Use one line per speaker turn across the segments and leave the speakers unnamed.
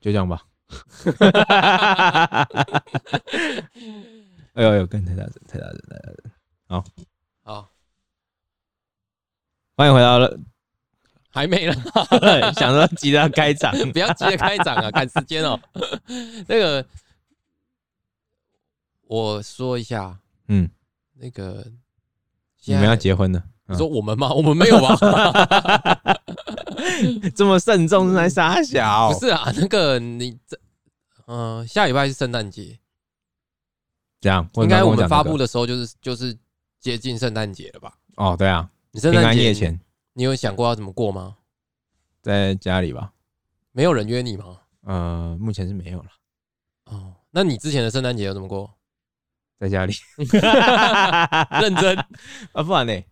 就这样 吧。哎呦哎呦，干太大声，太大声，太大声！
好，
欢迎回到 了，
还没了，
想说急着要开场，
不要急着开 场啊，赶时间哦。 那个，我说一下，
嗯，
那个，
你们要嗯结婚 了，
你说我们吗？我们没有 啊吧？
这么慎重来傻小
不？是啊，那个你这，嗯，下礼拜是圣诞节，
这样，
应该我们发布
的
的时候就是就是接近圣诞节了吧？
哦，对啊，
你圣
平
诞
安
节
夜，前
你有想过要怎么过吗？
在家里吧。
没有人约你吗？
呃，目前是没有了，
哦，那你之前的圣诞节有怎么过？
在 家里。
认真，
啊，不然呢？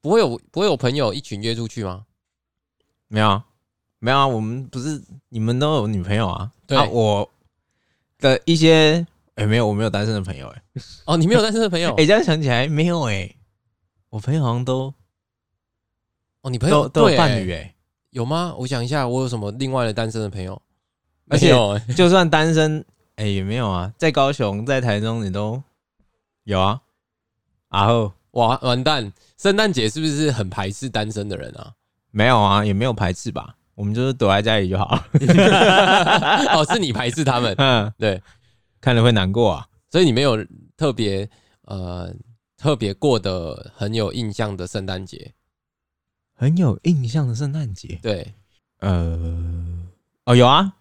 不会有不会有朋友一群约出去吗？
没有，啊，没有啊，我们不是你们都有女朋友啊？
对
啊我的一些哎、没有，我没有单身的朋友哎、
哦，你没有单身的朋 友
哎、，这样想起来没有哎、我朋友好像都
哦，你朋友
都都
对
有伴侣
欸
哎、
有吗？我想一下，我有什么另外的单身的朋友？
而且
没有 欸
就算单身哎、也没有啊，在高雄在台中你都有啊，然后
哇，完蛋！圣诞节是不是很排斥单身的人 啊？
没有啊，也没有排斥吧，我们就是躲在家里就好了，
哦，是你排斥他们，
嗯，
对，
看了会难过啊，
所以你没有特别呃特别过得很有印象的圣诞节，
很有印象的圣诞节。
对，
呃，哦，有啊，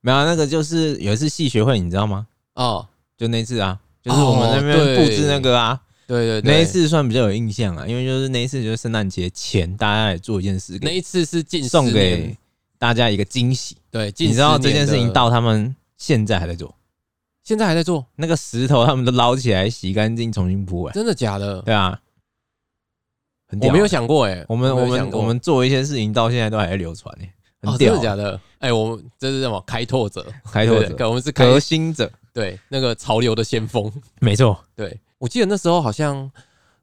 没有、啊、那个就是有一次系学会，你知道吗？
哦，
就那次啊，就是我们那边
哦对
布置那个啊，
对对对，
那一次算比较有印象啊，因为就是那一次就是圣诞节前，大家也做一件事给，
那一次是近十
送
年
给大家一个惊喜。
对，近
你知道
十
这
年
件事情
的
到他们现在还在做，
现在还在做，
那个石头他们都捞起来洗干净重新铺哎、
真的 假的？
对啊，很屌、啊
我没有，想过哎、
我们我
没有想
们
过
我们做一些事情到现在都还在流传哎、
哦，
很
真
屌、
的假的？哎、我们这是什么开拓者？
开拓
对对
者、
对我们是开
革新者，
对那个潮流的先锋。
没错。
对我记得那时候好像，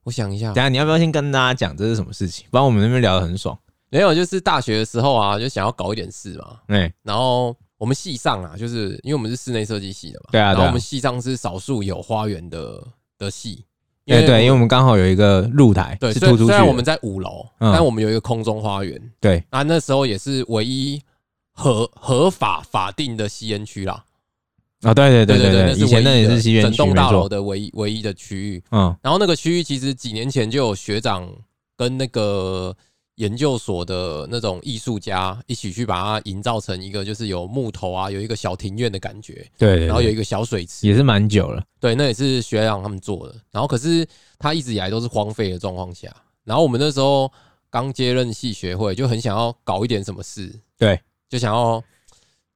我想一下
等，一下你要不要先跟大家讲这是什么事情？不然我们那边聊得很爽。
没有，就是大学的时候啊，就想要搞一点事嘛。
哎、
然后我们系上啊，就是因为我们是室内设计系的嘛，
对啊
然
对
后
啊
我们系上是少数有花园的的系，
哎、对，因为
我
我们刚好有一个露台
对，
是
虽
突出去
虽
的，
然我们在五楼，
嗯
但我们有一个空中花园，
对
啊，那时候也是唯一合合法法定的吸烟区啦。
啊、对对
对
对
对，
对，以前那也是西园
整
区，
栋大
没
楼
错。
的唯一唯一的区域。
嗯，
然后那个区域其实几年前就有学长跟那个研究所的那种艺术家一起去把它营造成一个就是有木头啊，有一个小庭院的感觉，
对对对
然后有一个小水池。
也是蛮久了，
对，那也是学长他们做的。然后可是他一直以来都是荒废的状况下，然后我们那时候刚接任系学会，就很想要搞一点什么事，
对，
就想要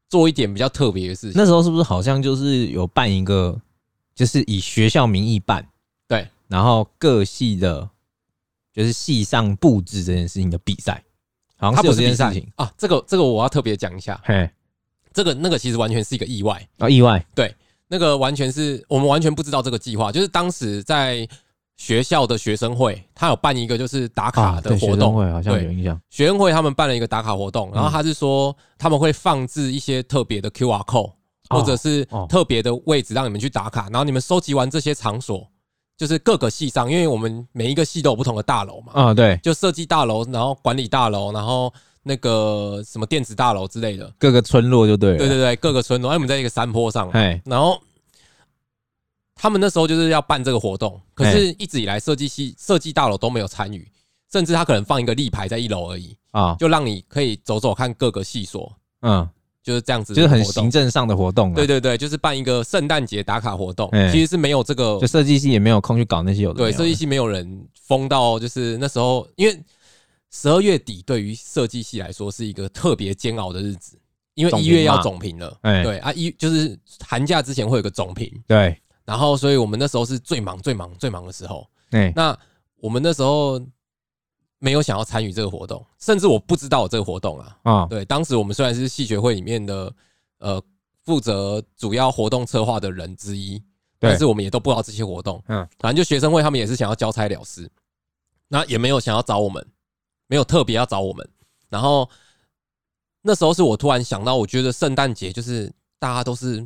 做一点比较特别的事情。
那时候是不是好像就是有办一个，就是以学校名义办，
对，
然后各系的，就是系上布置这件事情的比赛，好像是
他不
有
是
这件
比赛
事情，
啊，这个这个我要特别讲一下，
嘿，
这个那个其实完全是一个意外，
啊意外，
那个完全是我们完全不知道这个计划，就是当时在学校的学生会，他有办一个就是打卡
啊，
的
对，
活
学
动，
生会好像
对
有印象，
学生会他们办了一个打卡活动，然后
嗯
他是说他们会放置一些特别的 QR code，、
哦
或者是
哦
特别的位置让你们去打卡，然后你们收集完这些场所，就是各个系上，因为我们每一个系都有不同的大楼嘛，
啊，对，
就设计大楼，然后管理大楼，然后那个什么电子大楼之类的，
各个村落就对了，啊
对对对，各个村落，哎，我们在一个山坡上嘛，
嘿，
然后他们那时候就是要办这个活动，可是一直以来设计系设计大楼都没有参与，甚至他可能放一个立牌在一楼而已，
啊，
就让你可以走走看各个系所，
嗯，
就是这样子，
就是很行。政上的活动啊，
对对对，就是办一个圣诞节打卡活动，
哎
其实是没有这个
就，设计系也没有空去搞那些有的没有
对
的。
设计系没有人疯到，就是那时候因为十二月底对于设计系来说是一个特别煎熬的日子，因为
总
一
评
月要
嘛
总评了，
哎
对啊一就是寒假之前会有个总评，
对，
然后，所以我们那时候是最忙、最忙、最忙的时候。
哎
那我们那时候没有想要参与这个活动，甚至我不知道有这个活动啊。
啊
对，当时我们虽然是系学会里面的呃负责主要活动策划的人之一，
对
但是我们也都不知道这些活动。嗯
嗯，
反正就学生会他们也是想要交差了事，那也没有想要找我们，没有特别要找我们。然后那时候是我突然想到，我觉得圣诞节就是大家都是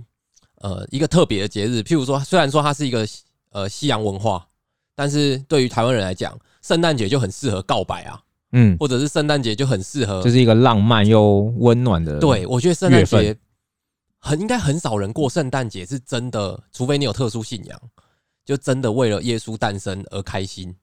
呃一个特别的节日。譬如说，虽然说它是一个呃西洋文化，但是对于台湾人来讲，圣诞节就很适合告白啊，
嗯，
或者是圣诞节就很适合。
就是一个浪漫又温暖的，
对，我觉得圣诞
月
节很应该很少人过圣诞节，是真的，除非你有特殊信仰，就真的为了耶稣诞生而开心。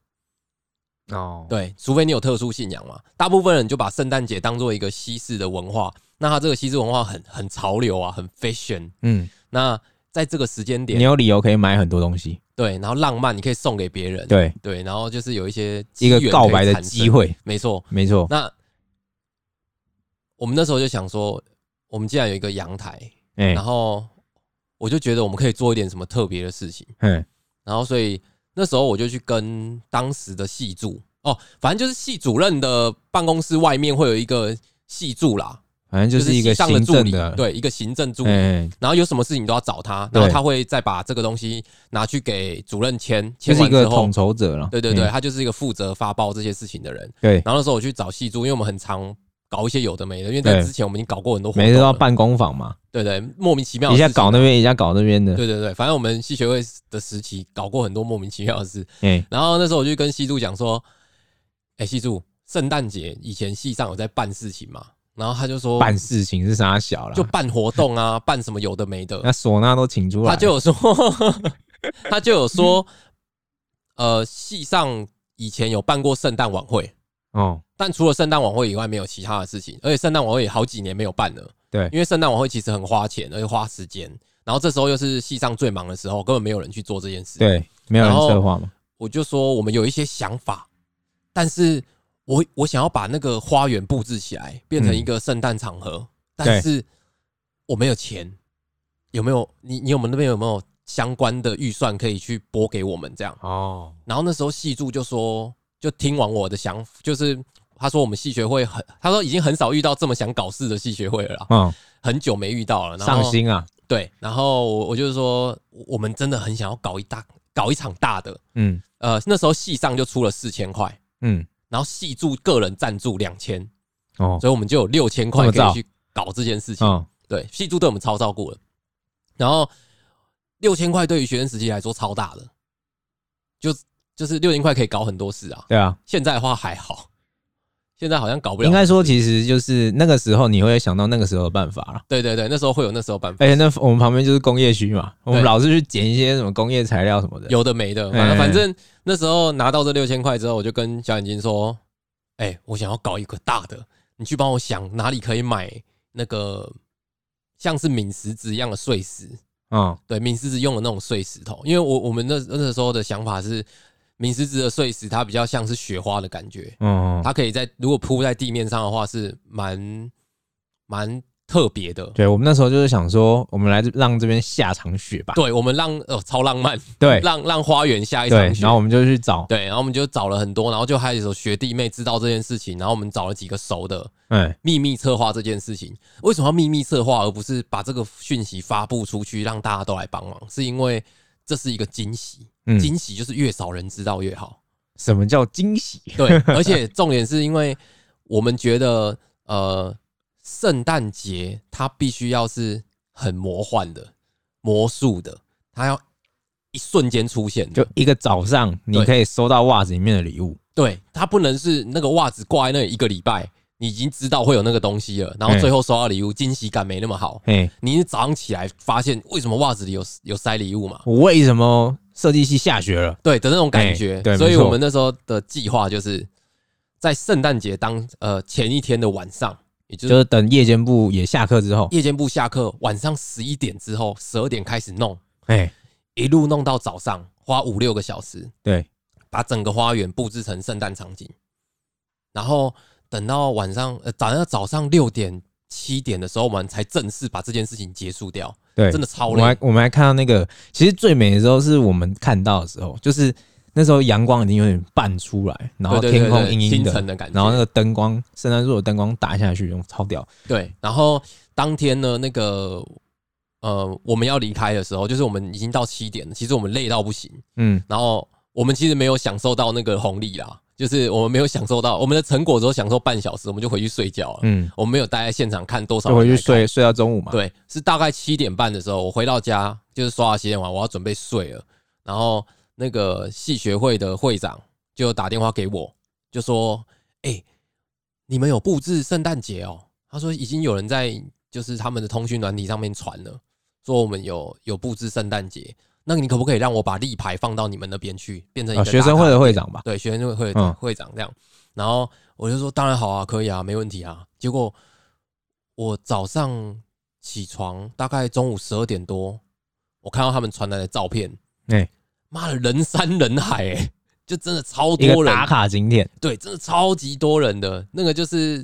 哦，
对，除非你有特殊信仰嘛，大部分人就把圣诞节当做一个西式的文化。那它这个西式文化很很潮流啊，很 fashion。
嗯，
那在这个时间
你
点，
有理由可以买很多东西，
对，然后浪漫你可以送给别人，
对，
对，然后就是有一些
一
机
个
缘
告
可以
白的
产
机
生，
会，
没错。
没错，
那我们那时候就想说，我们既然有一个阳台，
哎
然，后我就觉得我们可以做一点什么特别的事情。
嗯，
然后所以那时候我就去跟当时的系助哦，反正就是系主任的办公室外面会有一个系助啦，
反正就是
是
一个
系上
行
助
政
理，
的，
对，一个行政助理。
哎，
然后有什么事情都要找他，然后
对
他会再把这个东西拿去给主任签，
就
签
是一
完
个
之
统
后，
筹者了，
对对对，
嗯
他就是一个负责发报这些事情的人。
对，
然后那时候我去找系助，因为我们很常搞一些有的没的，因为在
对
之前我们已经搞过很多活动
每
了，
次都要办公坊嘛，
对对，莫名其妙的
一下
事情啊
搞那边，一下搞那边的，
对对对，反正我们系学会的时期搞过很多莫名其妙的事，
哎，
然后那时候我就跟西柱讲说：“哎、西柱，圣诞节以前系上有在办事情嘛？”然后他就说：“
办事情是啥小
哦就
了，
办活 动啊，办什么有的没的。
那唢呐都请”出来，
他就有说， 他就有说， 呃，系上以前有办过圣诞晚会，
哦，
但除了圣诞晚会以外，没有其他的事情。而且圣诞晚会也好几年没有办了，
对
因为圣诞晚会其实很花钱，而且花时间。然后这时候又是系上最忙的时候，根本没有人去做这件事。
对，没有人
然后
策划嘛，
我就说我们有一些想法，但是我我想要把那个花园布置起来，变
嗯
成一个圣诞场合，但是我没有钱，有没有？你你有没有那边有没有相关的预算可以去拨给我们这样？
哦，
然后那时候系助就说，就听完我的想，就是他说我们系学会很，他说已经很少遇到这么想搞事的系学会了啦，
嗯，
很久没遇到了，然后
上心啊，
对，然后我我就是说，我我们真的很想要搞一大搞一场大的，
嗯
呃，那时候系上就出了四千块，
嗯，
然后系助个人赞助两千，
哦，
所以我们就有六千块
这
可
么
以
造
去搞这件事情。
嗯，
对，系助对我们超照顾了。然后六千块对于学生时期来说超大的，就就是六千块可以搞很多事啊。
对啊，
现在的话还好，现在好像搞不了。
应该说其实就是那个时候你会想到那个时候的办法了。
对对对，那时候会有那时候办法，
而且那我们旁边就是工业区嘛，我们
对
老是去捡一些什么工业材料什么的。
有的没的，
哎
反正反正那时候拿到这六千块之后，我就跟小眼睛说：“哎、我想要搞一个大的，你去帮我想哪里可以买那个像是抿石子一样的碎石，
嗯
对，抿石子用的那种碎石头。因为我我们那那时候的想法是，抿石子的碎石它比较像是雪花的感觉，
嗯，嗯
它可以在如果铺在地面上的话是蛮蛮特别的。”
对，我们那时候就是想说，我们来让这边下场雪吧。
对，我们让哦超浪漫，
对
让让花园下一场
对
雪，
然后我们就去找，
对，然后我们就找了很多，然后就还有学弟妹知道这件事情，然后我们找了几个熟的
哎，
秘密策划这件事情。为什么要秘密策划，而不是把这个讯息发布出去，让大家都来帮忙？是因为这是一个惊喜，
嗯，
惊喜就是越少人知道越好。
什么叫惊喜？
对，而且重点是因为我们觉得，呃，圣诞节它必须要是很魔幻的、魔术的，它要一瞬间出现的，
就一个早上，你
对
可以收到袜子里面的礼物。
对，它不能是那个袜子挂在那里一个礼拜，你已经知道会有那个东西了，然后最后收到礼物，惊喜感没那么好。
嘿，
你是早上起来发现为什么袜子里有有塞礼物嘛？
我为什么设计系下雪了？
对的那种感觉。
哎对
所以
没错
我们那时候的计划就是在圣诞节当呃前一天的晚上，也就
就是是等夜间部也下课之后，
夜间部下课，晚上十一点之后，十二点开始弄，
哎，
一路弄到早上，花五六个小时，
对，
把整个花园布置成圣诞场景，然后等到晚上，呃，早上早上六点七点的时候，我们才正式把这件事情结束掉。
对，
真的超
我们还
累
我们还看到那个，其实最美的时候是我们看到的时候，就是那时候阳光已经有点半出来，然后
对对
天
对
空
对
阴阴
清
的，
晨的感觉。
然后那个灯光，圣诞树的灯光打下去，用超屌。
对，然后当天呢，那个呃，我们要离开的时候，就是我们已经到七点了，其实我们累到不行，
嗯，
然后我们其实没有享受到那个红利啦，就是我们没有享受到我们的成果，只有享受半小时，我们就回去睡觉了。
嗯，
我们没有待在现场看多少
就回
人
去
哦来看
睡睡到中午嘛。，
对，是大概七点半的时候，我回到家就是刷牙洗脸完，我要准备睡了。然后那个系学会的会长就打电话给我，就说：“哎、你们有布置圣诞节哦？”他说已经有人在就是他们的通讯软体上面传了，说我们有有布置圣诞节。那你可不可以让我把立牌放到你们那边去，变成一个、
啊，学生会的会长吧。
对，学生会会、
嗯
会长这样。然后我就说当然好啊，可以啊，没问题啊。结果我早上起床，大概中午十二点多，我看到他们传来的照片，
哎，
妈的人山人海、欸，就真的超
一个
多人
打，卡景点。
对，真的超级多人的。那个就是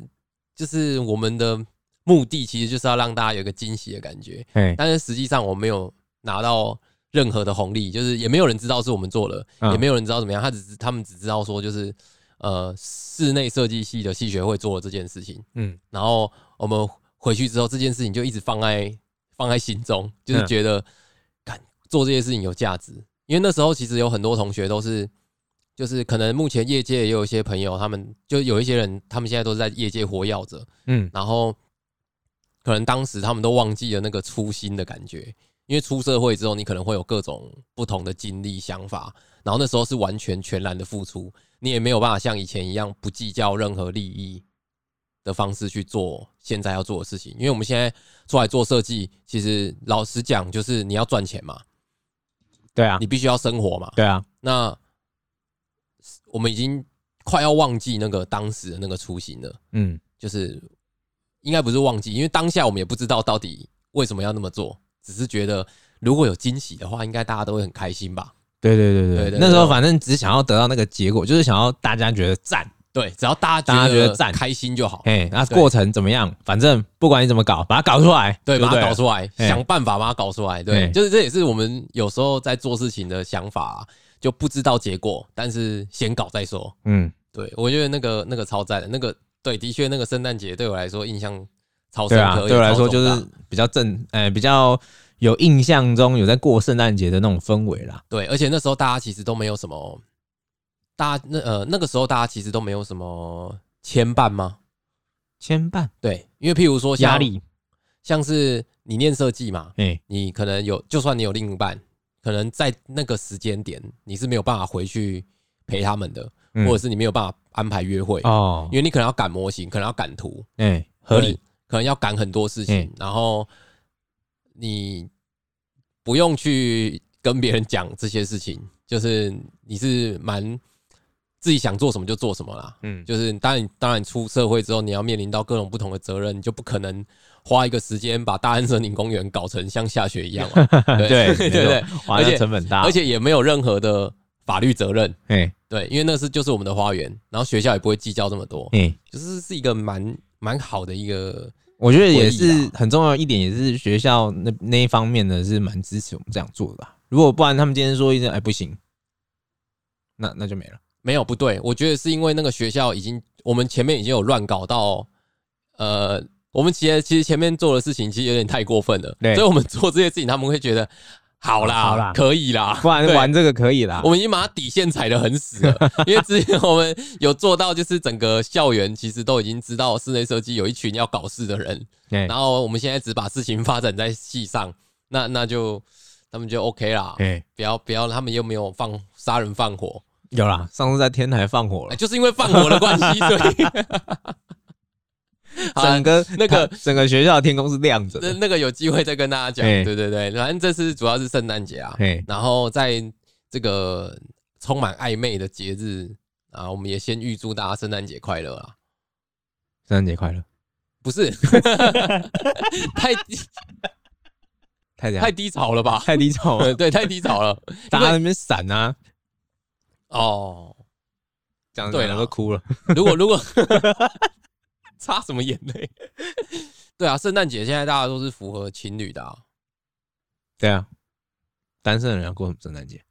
就是我们的目的，其实就是要让大家有一个惊喜的感觉。
哎，
但是实际上我没有拿到任何的红利，就是也没有人知道是我们做了，
嗯
也没有人知道怎么样，他只是他们只知道说就是呃室内设计系的系学会做了这件事情，
嗯，
然后我们回去之后这件事情就一直放在放在心中，就是
嗯
觉得干、做这些事情有价值，因为那时候其实有很多同学都是。就是可能目前业界也有一些朋友，他们就有一些人，他们现在都是在业界活跃着，
嗯，
然后可能当时他们都忘记了那个初心的感觉，因为出社会之后，你可能会有各种不同的经历、想法，然后那时候是完全全然的付出，你也没有办法像以前一样不计较任何利益的方式去做现在要做的事情。因为我们现在出来做设计，其实老实讲，就是你要赚钱嘛，
对啊
你，必须要生活嘛。
对啊，
那我们已经快要忘记那个当时的那个初心了。
嗯，
就是应该不是忘记，因为当下我们也不知道到底为什么要那么做，只是觉得如果有惊喜的话，应该大家都会很开心吧？
对对对
对对
那时候
对
反正只想要得到那个结果，就是想要大家觉得赞。
对，只要大家
大家觉得
得
赞
开心就好，
哎，那
对
过程怎么样？反正不管你怎么搞，把它搞出来，
对，
不
把它搞出来，
哎
想办法把它搞出来，对
哎，
就是这也是我们有时候在做事情的想法啊、就不知道结果，但是先搞再说。
嗯，
对我觉得那个那个超赞的，那个对，的确那个圣诞节对我来说印象超深
对啊，
刻，
对我来说
也超
就
重大
是比较正，哎，比较有印象中有在过圣诞节的那种氛围啦。
对，而且那时候大家其实都没有什么，大家那呃那个时候大家其实都没有什么牵绊吗？
牵绊、
对，因为譬如说像
压，力，
像是你念设计嘛，
哎，
你可能有，就算你有另一半，可能在那个时间点你是没有办法回去陪他们的，
嗯
或者是你没有办法安排约会，
哦
因，为你可能要赶模型，可能要赶图，
哎，合理，，
可能要赶很多事情，
嗯
然后你不用去跟别人讲这些事情，就是你是蛮自己想做什么就做什么啦。
嗯，
就是当然，当然出社会之后，你要面临到各种不同的责任，你就不可能花一个时间把大安森林公园搞成像下雪一样 嘛，对
嗯 对
对
没错啊
对
哇，
而
那
且
成本大，
而且也没有任何的法律责任，
哎，
对，因为那是就是我们的花园，然后学校也不会计较这么多，
哎，
就是是一个蛮蛮好的一个
我觉得也
回
是
忆啊
很重要一点，也是学校那那一方面呢是蛮支持我们这样做的啊、如果不然，他们今天说一声哎不行，那那就没了。
没有不对，我觉得是因为那个学校已经，我们前面已经有乱搞到，呃，我们其实其实前面做的事情其实有点太过分了，
对
所以我们做这些事情，他们会觉得好啦，
好啦
可以啦，
不然
对
玩这个可以啦
我。们已经把它底线踩得很死了，因为之前我们有做到，就是整个校园其实都已经知道室内设计有一群要搞事的人，
哎
然后我们现在只把事情发展在系上，那那就他们就 OK 啦，
哎，
不要不要，他们又没有放杀人放火，
有啦，上次在天台放火
哎
了，
就是因为放火的关系，所 以好啊
整个
那个
它整个学校的天空是亮着
那
的。
那个有机会再跟大家讲。
哎
对对对，反正这次主要是圣诞节啊，
哎，
然后在这个充满暧昧的节日啊，我们也先预祝大家圣诞节快乐啊！
圣诞节快乐！
不是， 太低
太
太
太
低潮了吧？
太低潮了，
对，太低潮了。
大家在那边闪啊，
哦，
讲
对
对
啦
了都哭了。
如果 如果擦什么眼泪？对啊，圣诞节现在大家都是符合情侣的、啊。
对啊，单身的人要过什么圣诞节？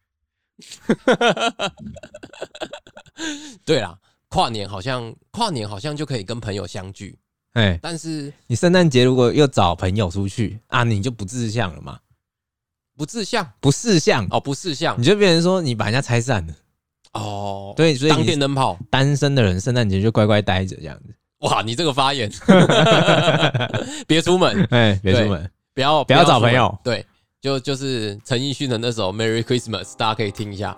对啦，跨年好像跨年好像就可以跟朋友相聚，
哎，
但是
你圣诞节如果又找朋友出去啊，你就不志向了嘛？
不志向
不志向
哦，不志向
你就变成说你把人家拆散了，
哦，
对，所以
当
你
电灯泡，
单身的人圣诞节就乖乖待着这样子，
哇，你这个发 言，别出门，
哎，别
对
出门，
不要
不要找
出
朋
门
友
对，就就是陈奕迅的那首《Merry Christmas》，大家可以听一下。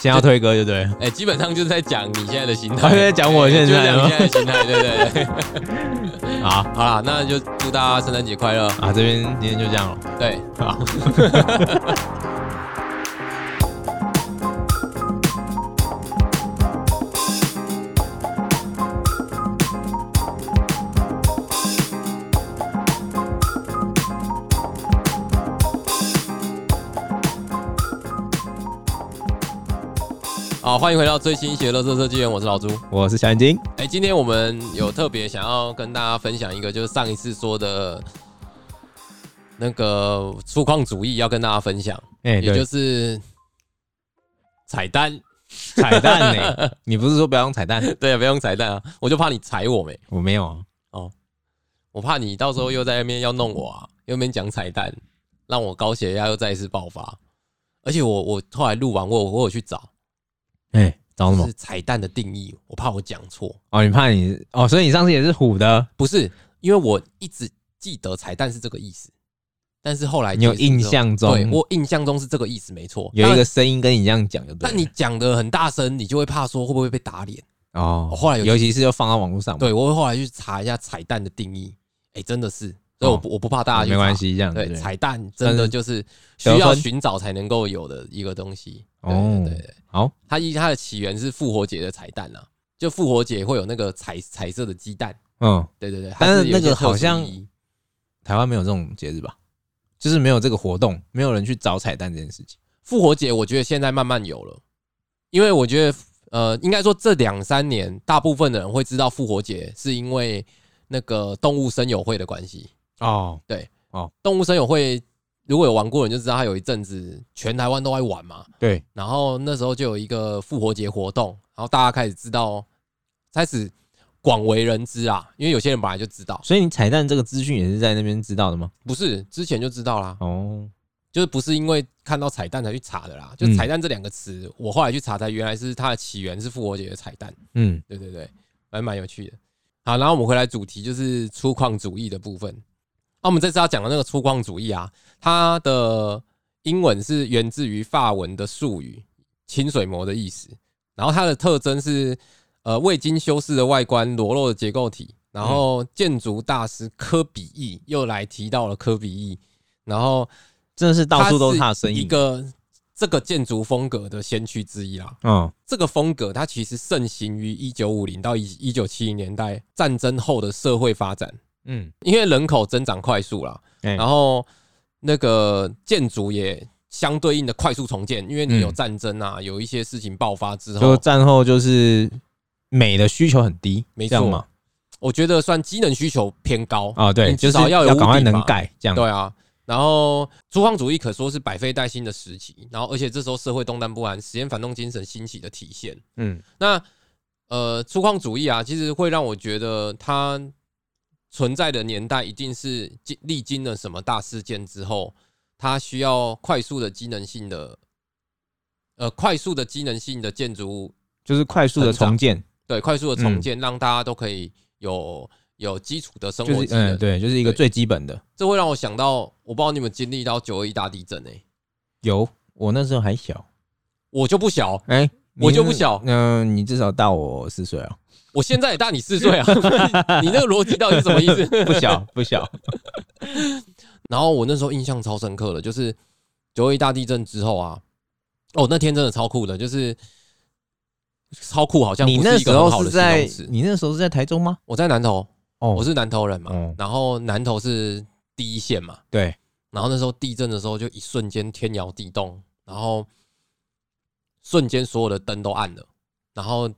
先要推歌就 对了。
哎、基本上就是在讲你现在的心
他
态，
在讲我
就
哦现
是
在
讲你
吗？
现在 的心态，对对对。
好
好啦，那就祝大家圣诞节快乐。
啊，这边今天就这样了。
对，
好。
好，欢迎回到最新一期的乐色设计员，我是老朱。
我是小眼睛，
哎、今天我们有特别想要跟大家分享一个，就是上一次说的那个粗犷主义，要跟大家分享，
哎、
也
对，
就是彩蛋。
彩蛋呢、 你不是说不要用彩蛋？
对啊，不用彩蛋啊，我就怕你踩我没，
我没有啊，
我怕你到时候又在那边要弄我啊，又在那边讲彩蛋，让我高血压又再一次爆发。而且我我后来录完我我有去找，
哎、找什
就
么
是？彩蛋的定义，我怕我讲错。
哦，你怕你哦，所以你上次也是虎的，
不是，因为我一直记得彩蛋是这个意思，但哎是后来
你有
结束之后
印象中
对我印象中是这个意思，没错。
有一个声音跟你这样讲，就对
但，
了。
但你讲的很大声，你就会怕说会不会被打脸。
哦
我，后来有
尤其是又放到网络上嘛，
对我后来去查一下彩蛋的定义，哎，真的是，所以我不、我不怕大家
哦
去
没关
查。
系，这样
对，
对
彩蛋真的就是
得
需
分
要寻找才能够有的一个东西。
哦
哦，对对对，
好，
它一它的起源是复活节的彩蛋啊，就复活节会有那个彩彩色的鸡蛋。
嗯，
对对对，它
但是
有一些
那个
特殊
好像
意义
台湾没有这种节日吧？就是没有这个活动，没有人去找彩蛋这件事情。
复活节，我觉得现在慢慢有了，因为我觉得呃，应该说这两三年，大部分的人会知道复活节是因为那个动物森友会的关系。
哦，
动物森友会如果有玩过的人就知道，它有一阵子全台湾都在玩嘛，
对，
然后那时候就有一个复活节活动，然后大家开始知道，开始广为人知啊，因为有些人本来就知道，
所以你彩蛋这个资讯也是在那边知道的吗？
不是之前就知道啦，
哦，
就是不是因为看到彩蛋才去查的啦，就
嗯
彩蛋这两个词，我后来去查才原来是它的起源是复活节的彩蛋。
嗯，
对对对，还蛮有趣的。好，然后我们回来主题，就是粗犷主义的部分。啊那、我们这次要讲的那个粗犷主义啊，它的英文是源自于法文的术语“清水模”的意思。然后它的特征是，呃，未经修饰的外观、裸露的结构体。然后建筑大师科比意又来提到了科比意，然后
真的是到处都是他的身
一
影。
个这个建筑风格的先驱之一啦。
嗯，
这个风格它其实盛行于一九五零到一一九七零年代战争后的社会发展，
嗯，
因为人口增长快速啦，
哎
然后那个建筑也相对应的快速重建，因为你有
嗯
战争啊，有一些事情爆发之
就
后，
战后就是美的需求很低，
没错
这样嘛。
我觉得算机能需求偏高
啊，对，
你
就
至
是
少要有
赶快
屋顶
能
嘛
盖这样。
对啊，然后租房主义可说是百废待兴的时期，然后而且这时候社会动荡不安，实验反动精神兴起的体现。
嗯，
那呃，粗犷主义啊，其实会让我觉得它存在的年代一定是经历经了什么大事件之后，它需要快速的机能性的，呃，快速的机能性的建筑物，
就是快速的
成长
重建，
对，快速的重
嗯
建，让大家都可以有有基础的生
就
活
是
技能。
嗯，对，就是一个
对
最基本的。
这会让我想到，我不知道你们经历到九二一大地震诶、欸
有，我那时候还小，
我就不小，
哎、
我
你
就
那
不小
嗯，你至少大我四岁 啊，
我现在也大你四岁啊， 你那个逻辑到底是什么意思？
不小不小。
然后我那时候印象超深刻的，就是九二一大地震之后啊，哦，那天真的超酷的，就是超酷，好像
你
不
那
一
时
个很
候
好
是
的
在
形容词。
你那时候是在台中吗？
我在南投，
哦
我是南投人嘛，
嗯
然后南投是第一线嘛，
对，
然后那时候地震的时候就一瞬间天摇地动，然后瞬间所有的灯都暗了，然后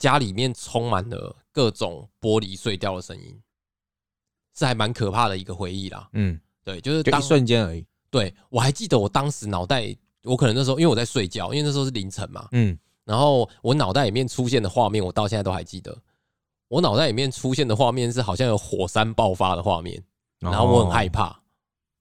家里面充满了各种玻璃碎掉的声音，是还蛮可怕的一个回忆啦。
嗯，
对，就是
就
当
一瞬间而已。
对我还记得我当时脑袋，我可能那时候因为我在睡觉，因为那时候是凌晨嘛，
嗯，
然后我脑袋里面出现的画面，我到现在都还记得。我脑袋里面出现的画面是好像有火山爆发的画面，然后我很害怕，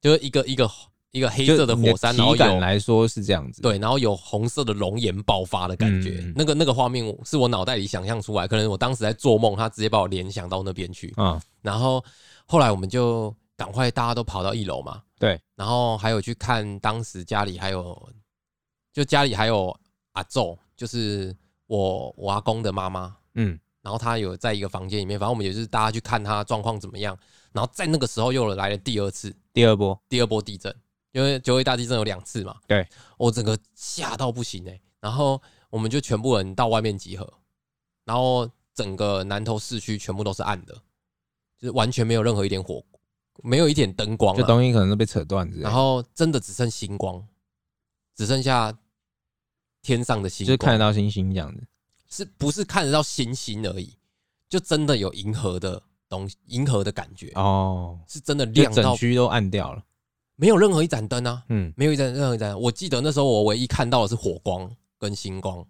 就是一个一个一个黑
哦就
色的火山，
你
然后
体感
有
来说是这样子，
对，然后有红色的熔岩爆发的感觉，
嗯
那个那个画面我是我脑袋里想象出来，可能我当时在做梦，他直接把我联想到那边去。
啊，
然后后来我们就赶快大家都跑到一楼嘛，
对，
然后还有去看当时家里还有，就家里还有阿昼，就是我我阿公的妈妈，
嗯，
然后他有在一个房间里面，反正我们也就是大家去看他状况怎么样，然后在那个时候又来了第二次，
第二波，
第二波地震，因为九一大地震有两次嘛，
对，
我整个吓到不行哎、然后我们就全部人到外面集合，然后整个南投市区全部都是暗的，就是完全没有任何一点火，没有一点灯光、
这
啊，
东西可能都被扯断之类的，
然后真的只剩星光，只剩下天上的星
就是看
光，
得到星星这样子，
是不是看得到星星而已？就真的有银河的东西，银河的感觉，
哦，
是真的
就
亮
整
到
区都暗掉了，
没有任何一盏灯啊。
嗯，
没有一盏任何一盏。我记得那时候我唯一看到的是火光跟星光，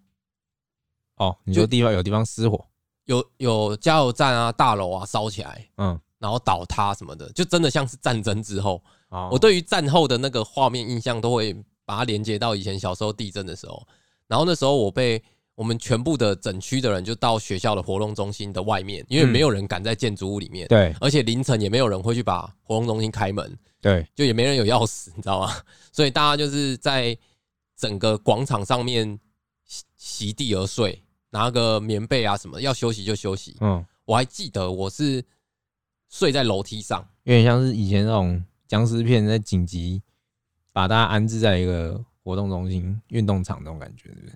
哦，你说
就
地方有地方失火，
有有加油站啊、大楼啊烧起来，
嗯，
然后倒塌什么的，就真的像是战争之后。
哦
我对于战后的那个画面印象都会把它连接到以前小时候地震的时候，然后那时候我被。我们全部的整区的人就到学校的活动中心的外面，因为没有人敢在建筑物里面，
对
而且凌晨也没有人会去把活动中心开门，
对，
就也没人有钥匙，你知道吗？ 所以大家就是在整个广场上面席席地而睡，拿个棉被啊什么的，要休息就休息。
嗯，
我还记得我是睡在楼梯上，
有点像是以前那种僵尸片在紧急把大家安置在一个活动中心、运动场那种感觉，对不对？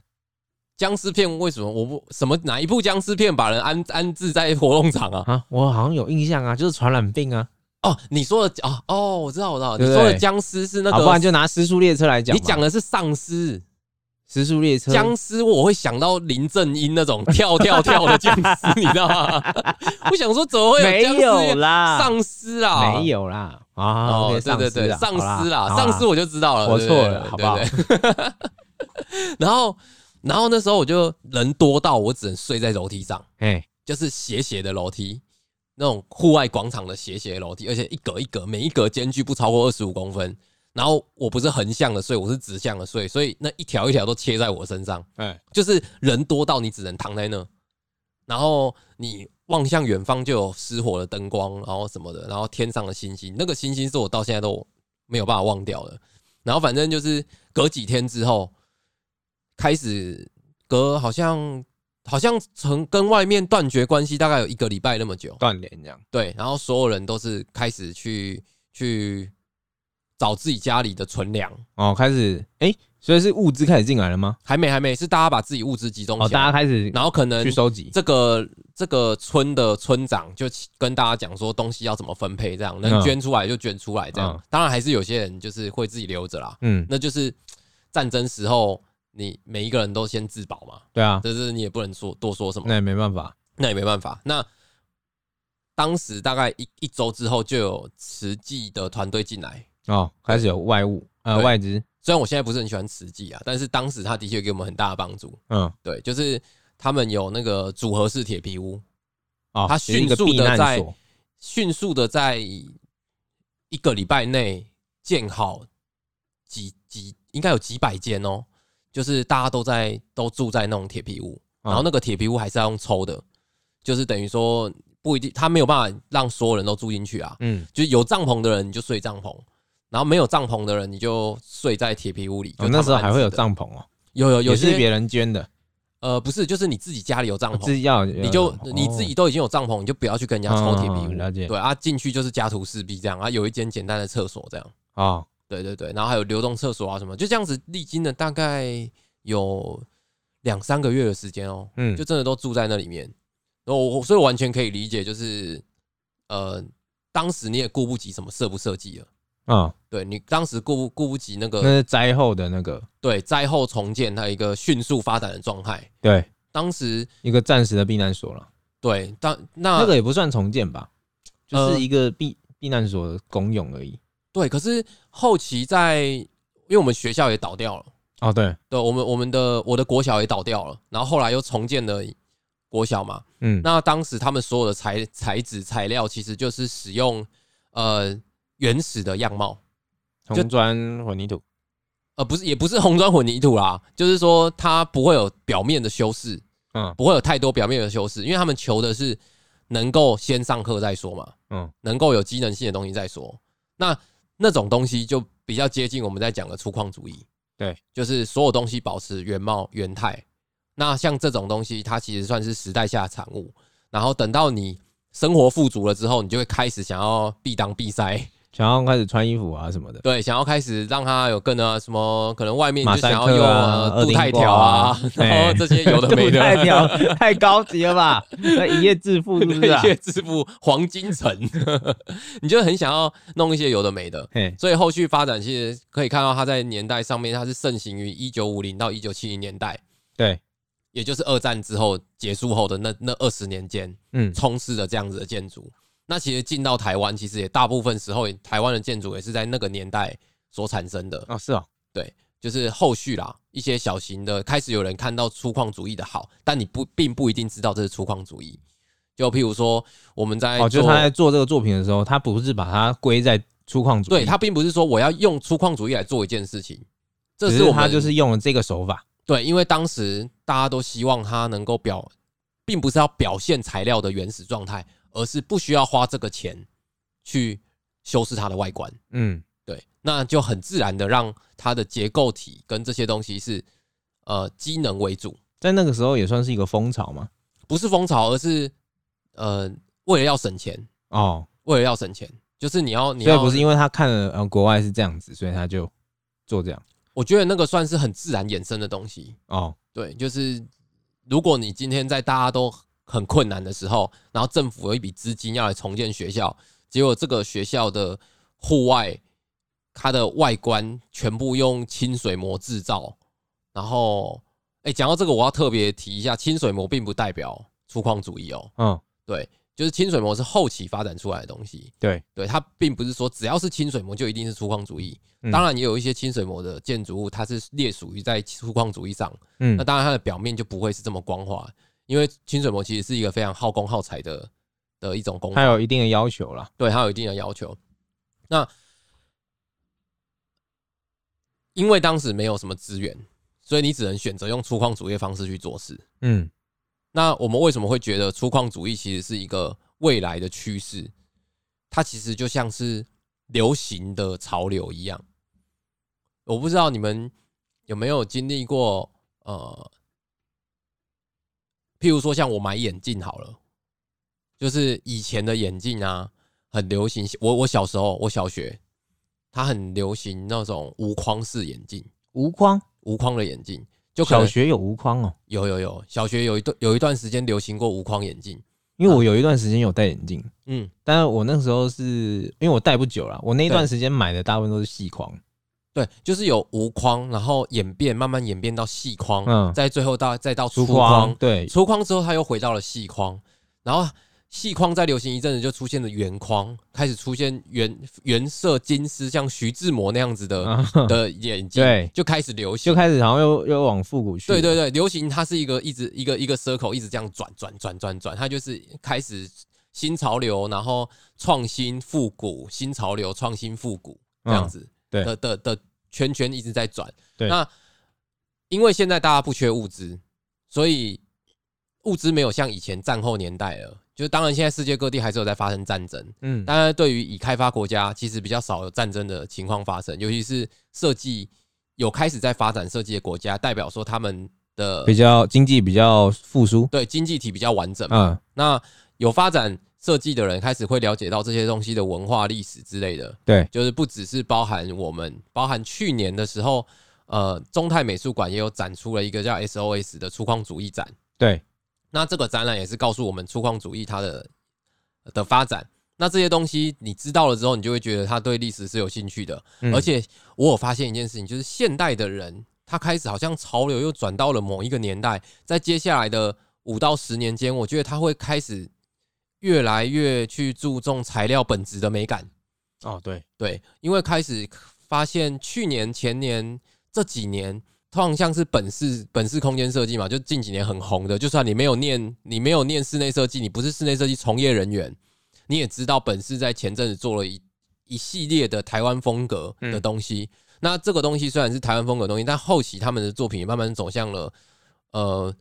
僵尸片为什么我不什么哪一部僵尸片把人安安置在活动场啊？
啊，我好像有印象啊，就是传染病啊，
哦，你说的啊哦，我知道我知道，
对
你
不
说的
对
僵尸是那
好，不然
个，
就拿失速列车来讲嘛，
你讲的是丧尸。
时速列车
僵尸，我会想到林正英那种跳跳跳的僵 尸，你知道吗？ 我想说怎么会
没
有僵尸
有啦，
丧尸啊？
没有啦啊，
哦，
OK，
对
丧
对
尸
对，
啦
丧
好
尸啦，
好
丧尸我就知道了，
我
对
错了好不？好
对 对对对对然后，然后那时候我就人多到我只能睡在楼梯上，
哎，
就是斜斜的楼梯，那种户外广场的斜斜的楼梯，而且一格一格，每一格间距不超过二十五公分。然后我不是横向的睡，我是直向的睡，所以那一条一条都切在我身上。
哎，
就是人多到你只能躺在那，然后你望向远方就有失火的灯光，然后什么的，然后天上的星星，那个星星是我到现在都没有办法忘掉的。然后反正就是隔几天之后，开始隔好像好像从跟外面断绝关系，大概有一个礼拜那么久。
断联这样，
对，然后所有人都是开始去去找自己家里的存粮，
哦，开始哎，所以是物资开始进来了吗？
还没还没是大家把自己物资集中
哦，
起来，
大家开始
然后可能
去收集，
啊这个这个村的村长就跟大家讲说东西要怎么分配，这样
嗯
能捐出来就捐出来，这样、
嗯
当然还是有些人就是会自己留着啦。
嗯，
那就是嘖战争时候，你每一个人都先自保嘛，
对啊，
就是你也不能说多说什么，
那也没办法，
那也没办法。那当时大概一一周之后就有慈济的团队进来，
哦，开始有外物呃
对
外资，
虽然我现在不是很喜欢慈济啊，但是当时他的确给我们很大的帮助。
嗯，
对，就是他们有那个组合式铁皮屋，
哦，
他
是一个
迅速地
避难
在
所
迅速的在一个礼拜内建好几几，应该有几百间哦，就是大家都在都住在那种铁皮屋，
嗯
然后那个铁皮屋还是要用抽的，就是等于说不一定，他没有办法让所有人都住进去啊，
嗯，
就是有帐篷的人你就睡帐篷，然后没有帐篷的人你就睡在铁皮屋里。
哦
就他们
那时候还会有
安置的，
帐篷哦，
有有有
也是
些
别人捐的，
呃不是，就是你自己家里有帐篷
自，己要
你就
哦
你自己都已经有帐篷，你就不要去跟人家抽铁皮屋。
嗯了解
对啊，进去就是家徒四壁这样啊，有一间简单的厕所这样。
哦，
对对对，然后还有流动厕所啊什么，就这样子历经了大概有两三个月的时间哦，
嗯，
就真的都住在那里面。然后我我所以我完全可以理解，就是呃，当时你也顾不及什么设不设计了，
嗯，
对你当时顾不顾不及那
那
个
是灾后的那个
对灾后重建还有一个迅速发展的状态，
对
当时
一个暂时的避难所了。
对当那
那个也不算重建吧，就是
啊呃
一个避避难所的公用而已。
对，可是后期在，因为我们学校也倒掉了，
哦，对，
对，我们我们的我的国小也倒掉了，然后后来又重建了国小嘛。
嗯，
那当时他们所有的材材质材料其实就是使用呃原始的样貌，就
红砖混凝土，
呃，不是，也不是红砖混凝土啦，就是说它不会有表面的修饰，
嗯
不会有太多表面的修饰，因为他们求的是能够先上课再说嘛，
嗯，
能够有机能性的东西再说。那那种东西就比较接近我们在讲的粗犷主义，
对，
就是所有东西保持原貌原态。那像这种东西，它其实算是时代下的产物。然后等到你生活富足了之后，你就会开始想要必当必塞，
想要开始穿衣服啊什么的，
对，想要开始让它有更啊什么，可能外面你
马
就想
赛
要
克
用
啊
呃镀钛
二丁
条
挂
啊
啊，
然后
哎
这些有的
镀
没的，
钛条 太高级了吧？那一夜致富是不是啊
一？夜致富黄金城， 你就很想要弄一些有的没的。
嘿，
所以后续发展其实可以看到，它在年代上面，它是盛行于一九五零到一九七零年代，
对，
也就是二战之后结束后的那那二十年间，
嗯，
充斥着这样子的建筑。那其实进到台湾，其实也大部分时候，台湾的建筑也是在那个年代所产生的。
哦是哦，
就是后续啦，一些小型的开始有人看到粗犷主义的好，但你不并不一定知道这是粗犷主义。就譬如说，我们在
哦，就
做
是他在做这个作品的时候，他不是把它归在粗犷主义，
对他并不是说我要用粗犷主义来做一件事情，这
只
是我
他
们
就是用了这个手法，
对，因为当时大家都希望它能够表，并不是要表现材料的原始状态，而是不需要花这个钱去修饰它的外观。
嗯，
对，那就很自然的让它的结构体跟这些东西是呃机能为主，
在那个时候也算是一个风潮嘛，
不是风潮，而是呃，为了要省钱，
哦，
为了要省钱，就是你要你
所以
要
不是因为他看了呃国外是这样子，所以他就做这样，
我觉得那个算是很自然衍生的东西。
哦，
对，就是如果你今天在大家都很困难的时候，然后政府有一笔资金要来重建学校，结果这个学校的户外它的外观全部用清水膜制造，然后哎，讲、到这个我要特别提一下，清水膜并不代表粗犷主义哦、
嗯，
对，就是清水模是后期发展出来的东西。
对，
对，它并不是说只要是清水模就一定是粗犷主义。
嗯
当然，也有一些清水模的建筑物，它是列属于在粗犷主义上。
嗯
那，当然，它的表面就不会是这么光滑，因为清水模其实是一个非常耗工耗材的的一种工法
他。有一定的要求啦，
对，它有一定的要求。那因为当时没有什么资源，所以你只能选择用粗犷主义的方式去做事。
嗯，
那我们为什么会觉得粗犷主义其实是一个未来的趋势？它其实就像是流行的潮流一样。我不知道你们有没有经历过，呃，譬如说像我买眼镜好了，就是以前的眼镜啊，很流行。我我小时候，我小学，它很流行那种无框式眼镜，
无框，
无框的眼镜，就可
小
能
学有无框哦，
有有有，小学有一段有一段时间流行过无框眼镜，
因
啊
为我有一段时间有戴眼镜，
嗯，
但是我那时候是因为我戴不久啦，我那一段
对
时间买的大部分都是细框，
对，就是有无框，然后演变慢慢演变到细框，
嗯
再最后到再到粗
粗哎
框，
对，
粗框之后它又回到了细框，然后细框再流行一阵子就出现了圆框，开始出现原原色金丝，像徐志摩那样子的、
啊
的眼镜，
对
就开始流行
就。开始好像又又往复古去，
对对对，流行它是一个一直一个一个 circle 一直这样转转转转转，它就是开始新潮流，然后创新复古，新潮流创新复古这样子的、
嗯对
的的圈圈一直在转。
对
那因为现在大家不缺物资，所以物资没有像以前战后年代了。就是当然，现在世界各地还是有在发生战争，
嗯，
当然，对于已开发国家，其实比较少有战争的情况发生，尤其是设计有开始在发展设计的国家，代表说他们的
比较经济比较复苏，
对经济体比较完整
嗯，
嘛。那有发展设计的人开始会了解到这些东西的文化、历史之类的，
对，
就是不只是包含我们，包含去年的时候，呃，中泰美术馆也有展出了一个叫 SOS 的粗犷主义展。
对，
那这个展览也是告诉我们粗犷主义它的的发展。那这些东西你知道了之后，你就会觉得他对历史是有兴趣的。
嗯
而且我有发现一件事情，就是现代的人他开始好像潮流又转到了某一个年代，在接下来的五到十年间，我觉得他会开始越来越去注重材料本质的美感。
哦对，
对，因为开始发现去年、前年这几年，通常像是本市本市空间设计嘛，就近几年很红的。就算你没有念，你没有念室内设计，你不是室内设计从业人员，你也知道本市在前阵子做了一一系列的台湾风格的东西。那这个东西虽然是台湾风格的东西，但后期他们的作品也慢慢走向了，呃，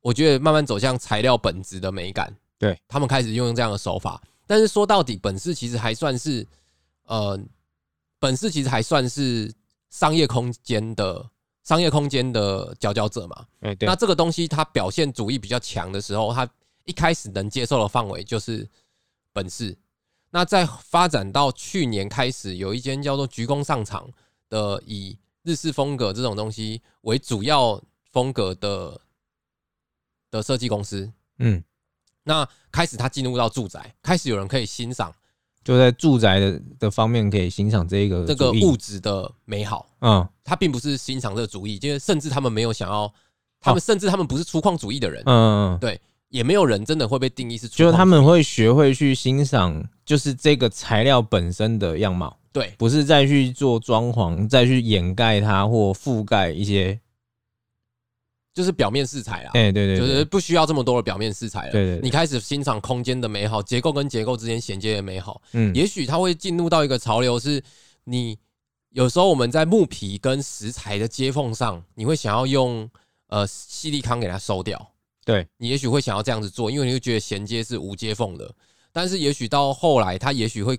我觉得慢慢走向材料本质的美感。
对
他们开始用这样的手法，但是说到底，本市其实还算是，呃，本市其实还算是商业空间的商业空间的佼佼者嘛。
哎，对
那，这个东西它表现主义比较强的时候，它一开始能接受的范围就是本市。那在发展到去年开始，有一间叫做“鞠躬上场”的以日式风格这种东西为主要风格的的设计公司，
嗯，
那开始它进入到住宅，开始有人可以欣赏
就在住宅的的方面可以欣赏这个
这个
主义
物，质的美好。
嗯
他并不是欣赏这个主义，就是甚至他们没有想要，他们甚至他们不是粗犷主义的人
哦嗯，嗯，嗯
对也没有人真的会被定义是粗犷主义，
就是他们会学会去欣赏，就是这个材料本身的样貌，
对
不是再去做装潢，再去掩盖它或覆盖一些，
就是表面色彩啦，啊
哎，对对
就
对，
是不需要这么多的表面色彩了。啊
对对对
你开始欣赏空间的美好，结构跟结构之间衔接的美好，
嗯，
也许它会进入到一个潮流，是你有时候我们在木皮跟石材的接缝上，你会想要用呃细粒康给它收掉，
对，
你也许会想要这样子做，因为你会觉得衔接是无接缝的。但是也许到后来，它也许会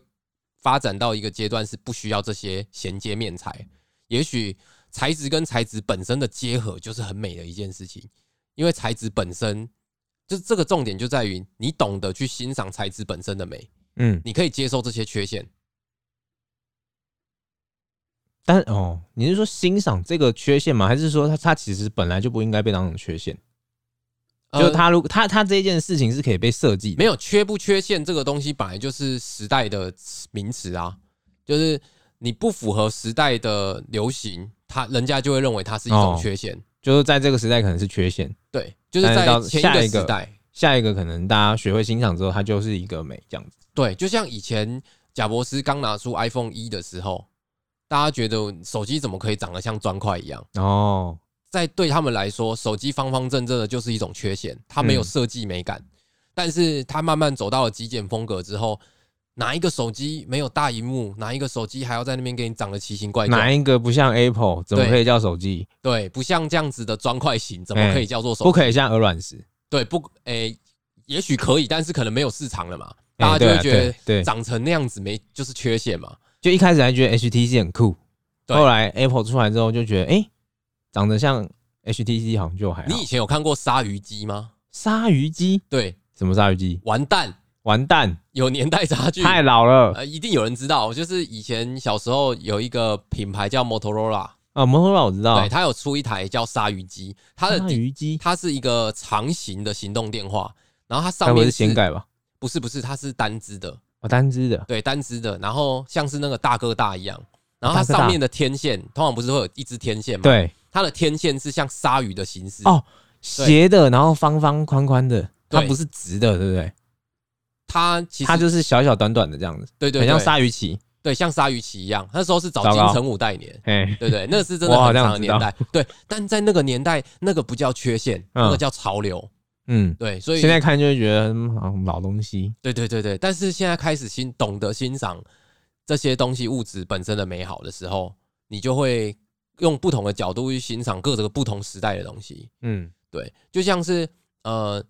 发展到一个阶段，是不需要这些衔接面材。也许材质跟材质本身的结合就是很美的一件事情，因为材质本身就是这个重点就在于你懂得去欣赏材质本身的美，
嗯，
你可以接受这些缺陷。
但哦，你是说欣赏这个缺陷吗？还是说它它其实本来就不应该被当成缺陷？就
呃
它如它它这件事情是可以被设计的，
没有缺不缺陷这个东西，本来就是时代的名词啊，就是你不符合时代的流行，他人家就会认为它是一种
哦
缺陷。
就是在这个时代可能是缺陷，
对，就是
但是
在
到
前
下
一
一
个
个
时代，
下一个可能大家学会欣赏之后，它就是一个美这样子。
对，就像以前贾博斯刚拿出 iPhone 一的时候，大家觉得手机怎么可以长得像砖块一样？
哦，
在对他们来说，手机方方正正的就是一种缺陷，它没有
嗯
设计美感。但是它慢慢走到了极简风格之后，哪一个手机没有大荧幕？哪一个手机还要在那边给你长得奇形怪
哎哪
状？
一个不像 Apple，怎么可以叫手机？
对，不像这样子的砖块型，怎么可以叫做
哎
手？
不可以像鹅卵石，
对，不，诶、也许可以，但是可能没有市场了嘛，
哎
大家就会
对
觉
啊对
得
对
长成那样子没就是缺陷嘛。
就一开始还觉得 HTC 很酷，
对
后来 Apple 出来之后就觉得，哎、长得像 HTC 好像就还
你
好
以。前有看过鲨鱼机吗？
鲨鱼机？
对，
什么鲨鱼机？
完蛋，
完蛋，
有年代差距，
太老了
呃，一定有人知道，就是以前小时候有一个品牌叫 Motorola，、
啊！摩托罗拉我知道
对，，它有出一台叫鲨鱼机，它的
鲨
底
鱼机，
它是一个长型的行动电话，然后它
该
上
不会
面
是掀盖吧？
不是不是，它是单支的，
哦，单只的，
对，单支的，然后像是那个大哥大一样，然后它
大哥大
上面的天线通常不是会有一支天线吗？，
对，
它的天线是像鲨鱼的形式，
哦斜的，然后方方宽宽的，它
对
不是直的，对不对？
它其实
它就是小小短短的这样子，
对对
很像
对
鲨鱼鳍。
对像鲨鱼鳍一样，那时候是找
糟
金
糕
城武代言。
哎，
对对，那是真的
我好
很
像
长的
知
年
道
代。 对，但在那个年代，那个不叫缺陷，那个叫潮流。
嗯，
对，所以
现在看就会觉得嗯好像老东西。
对对对对，但是现在开始欣懂得欣赏这些东西物质本身的美好的时候，你就会用不同的角度去欣赏各个不同时代的东西。
嗯，
对，就像是呃，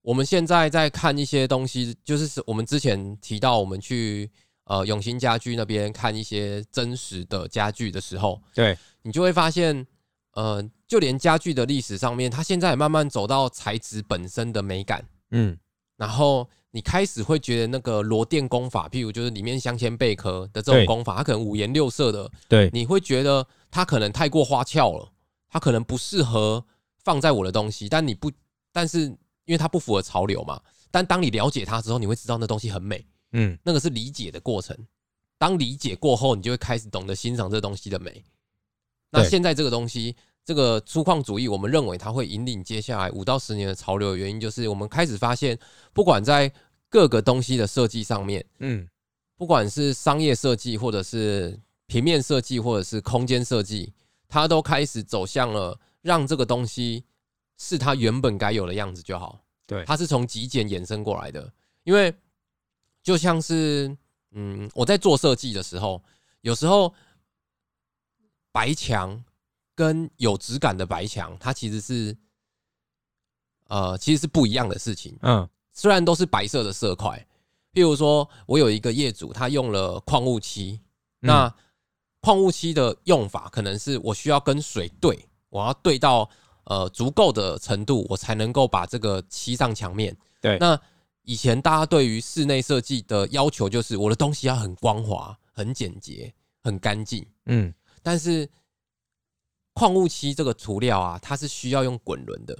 我们现在在看一些东西，就是是我们之前提到我们去呃永兴家居那边看一些真实的家具的时候，
对，
你就会发现，呃，就连家具的历史上面，它现在也慢慢走到材质本身的美感，
嗯，
然后你开始会觉得那个罗甸工法，譬如就是里面镶嵌贝壳的这种
对
工法，它可能五颜六色的，
对，
你会觉得它可能太过花俏了，它可能不适合放在我的东西，但你不，但是因为它不符合潮流嘛，但当你了解它之后，你会知道那东西很美，
嗯，
那个是理解的过程。当理解过后，你就会开始懂得欣赏这东西的美。那
对
现在这个东西，这个粗犷主义，我们认为它会引领接下来五到十年的潮流的原因，就是我们开始发现，不管在各个东西的设计上面，
嗯，
不管是商业设计，或者是平面设计，或者是空间设计，它都开始走向了让这个东西是它原本该有的样子就好。
对
它是从极简衍生过来的，因为就像是嗯，我在做设计的时候，有时候白墙跟有质感的白墙，它其实是呃，其实是不一样的事情。
嗯
虽然都是白色的色块，譬如说我有一个业主，他用了矿物漆，那矿物漆的用法可能是我需要跟水兑，我要兑到呃足够的程度，我才能够把这个漆上墙面。
对
那以前大家对于室内设计的要求就是我的东西要很光滑、很简洁、很干净，
嗯，
但是矿物漆这个涂料啊，它是需要用滚轮的，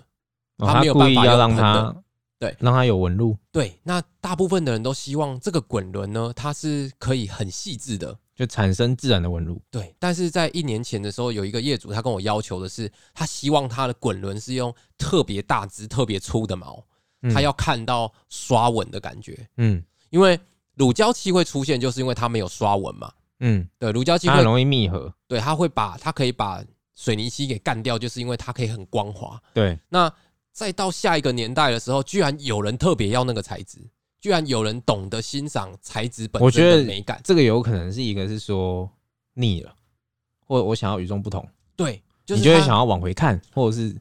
哦
他没有
故意
办法
要
用
让
喷
它
的对
让它有纹路，
对，那大部分的人都希望这个滚轮呢，它是可以很细致的。
就产生自然的纹路。
对，但是在一年前的时候，有一个业主他跟我要求的是，他希望他的滚轮是用特别大只、特别粗的毛，
嗯
他要看到刷纹的感觉，
嗯
因为乳胶漆会出现，就是因为它没有刷纹嘛。
嗯，
对，乳胶漆
它很
会，
容易密合。
对，它会把它可以把水泥漆给干掉，就是因为它可以很光滑。
对，
那再到下一个年代的时候，居然有人特别要那个材质，居然有人懂得欣赏材质本
我
身
觉得
的美感。
这个有可能是一个是说腻了，或者我想要与众不同，
对，就是
你就会
它
想要往回看，或者是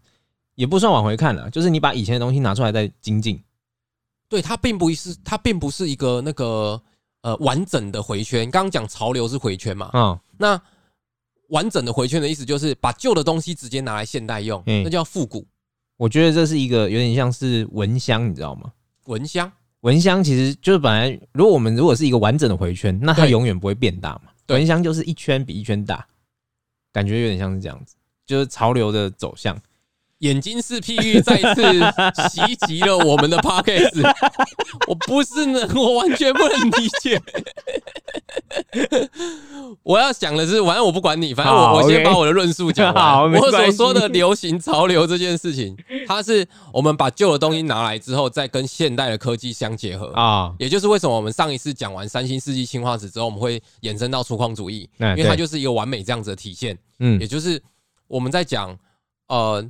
也不算往回看了，就是你把以前的东西拿出来再精进。
对它并不是它并不是一个那个呃完整的回圈。刚刚讲潮流是回圈嘛，
嗯，
那完整的回圈的意思就是把旧的东西直接拿来现代用，
嗯
那叫复古
我觉得这是一个有点像是蚊香，你知道吗？
蚊香。
蚊香其实就是本来，如果我们如果是一个完整的回圈，那它
对
永远不会变大嘛。
对
蚊香就是一圈比一圈大，感觉有点像是这样子，就是潮流的走向。
眼睛是譬喻，再次袭击了我们的 podcast。我不是呢，我完全不能理解。 我要讲的是，反正我不管你，反正
好
我我先
OK
把我的论述 讲
好
完。
没
我
关
所
系
说的流行潮流这件事情，它是我们把旧的东西拿来之后，再跟现代的科技相结合。
啊、
也就是为什么我们上一次讲完三星世纪氢化石之后，我们会衍生到粗犷主义，
嗯
因为它
对
就是一个完美这样子的体现。
嗯
也就是我们在讲呃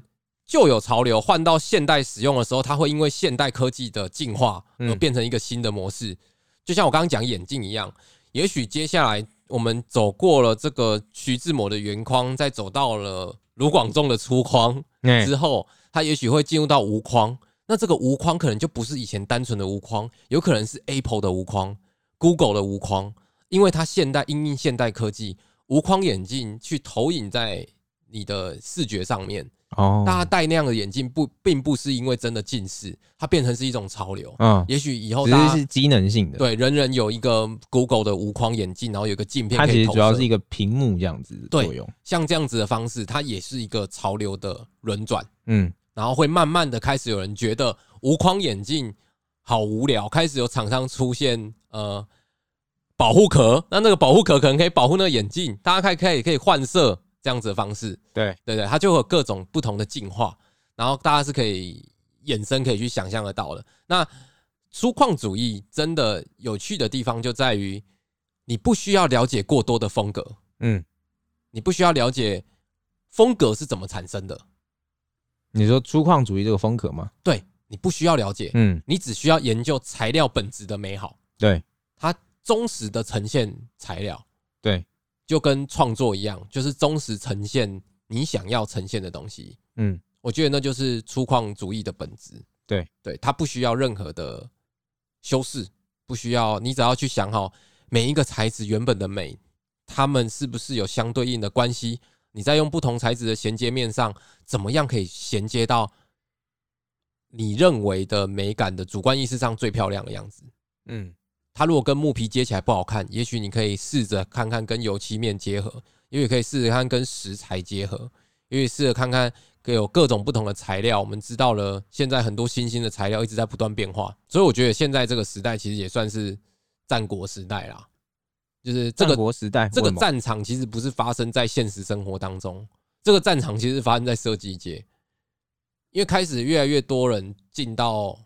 旧有潮流换到现代使用的时候，它会因为现代科技的进化而
嗯
变成一个新的模式。就像我刚刚讲眼镜一样，也许接下来我们走过了这个徐志摩的圆框，再走到了卢广仲的粗框
哎
之后，它也许会进入到无框。那这个无框可能就不是以前单纯的无框，有可能是 Apple 的无框、Google 的无框，因为它现代因应现代科技，无框眼镜去投影在你的视觉上面。
哦，
大家戴那样的眼镜不，并不是因为真的近视，它变成是一种潮流。
嗯，
也许以后
只
大
是
家
是机能性的，，
对人人有一个 Google 的无框眼镜，然后有一个镜片
它
可
其
以
实
投
主要
射
是一。个屏幕这样子的
对
作用。
像这样子的方式，它也是一个潮流的轮转，
嗯，
然后会慢慢的开始有人觉得无框眼镜好无聊，开始有厂商出现呃保护壳，那那个保护壳可能可以保护那个眼镜，大家可以可以可以换色这样子的方式。
对，
对对，它就会有各种不同的进化，然后大家是可以衍生可以去想象得到的。那粗犷主义真的有趣的地方就在于，你不需要了解过多的风格，
嗯，
你不需要了解风格是怎么产生的，
你说粗犷主义这个风格吗？
对你不需要了解，
嗯，
你只需要研究材料本质的美好，
对
它忠实的呈现材料，
对，
就跟创作一样，就是忠实呈现你想要呈现的东西。
嗯，
我觉得那就是粗犷主义的本质。
对，
对，它不需要任何的修饰，不需要，你只要去想好每一个材质原本的美，它们是不是有相对应的关系？你在用不同材质的衔接面上，怎么样可以衔接到你认为的美感的主观意识上最漂亮的样子？
嗯，
它如果跟木皮接起来不好看，也许你可以试着看看跟油漆面结合，也许可以试着看跟石材结合，也许试着看看有各种不同的材料。我们知道了，现在很多新兴的材料一直在不断变化，所以我觉得现在这个时代其实也算是战国时代啦，就是这
战
个
国时代
这个
为什么
战场其实不是发生在现实生活当中，这个战场其实是发生在设计界，因为开始越来越多人进到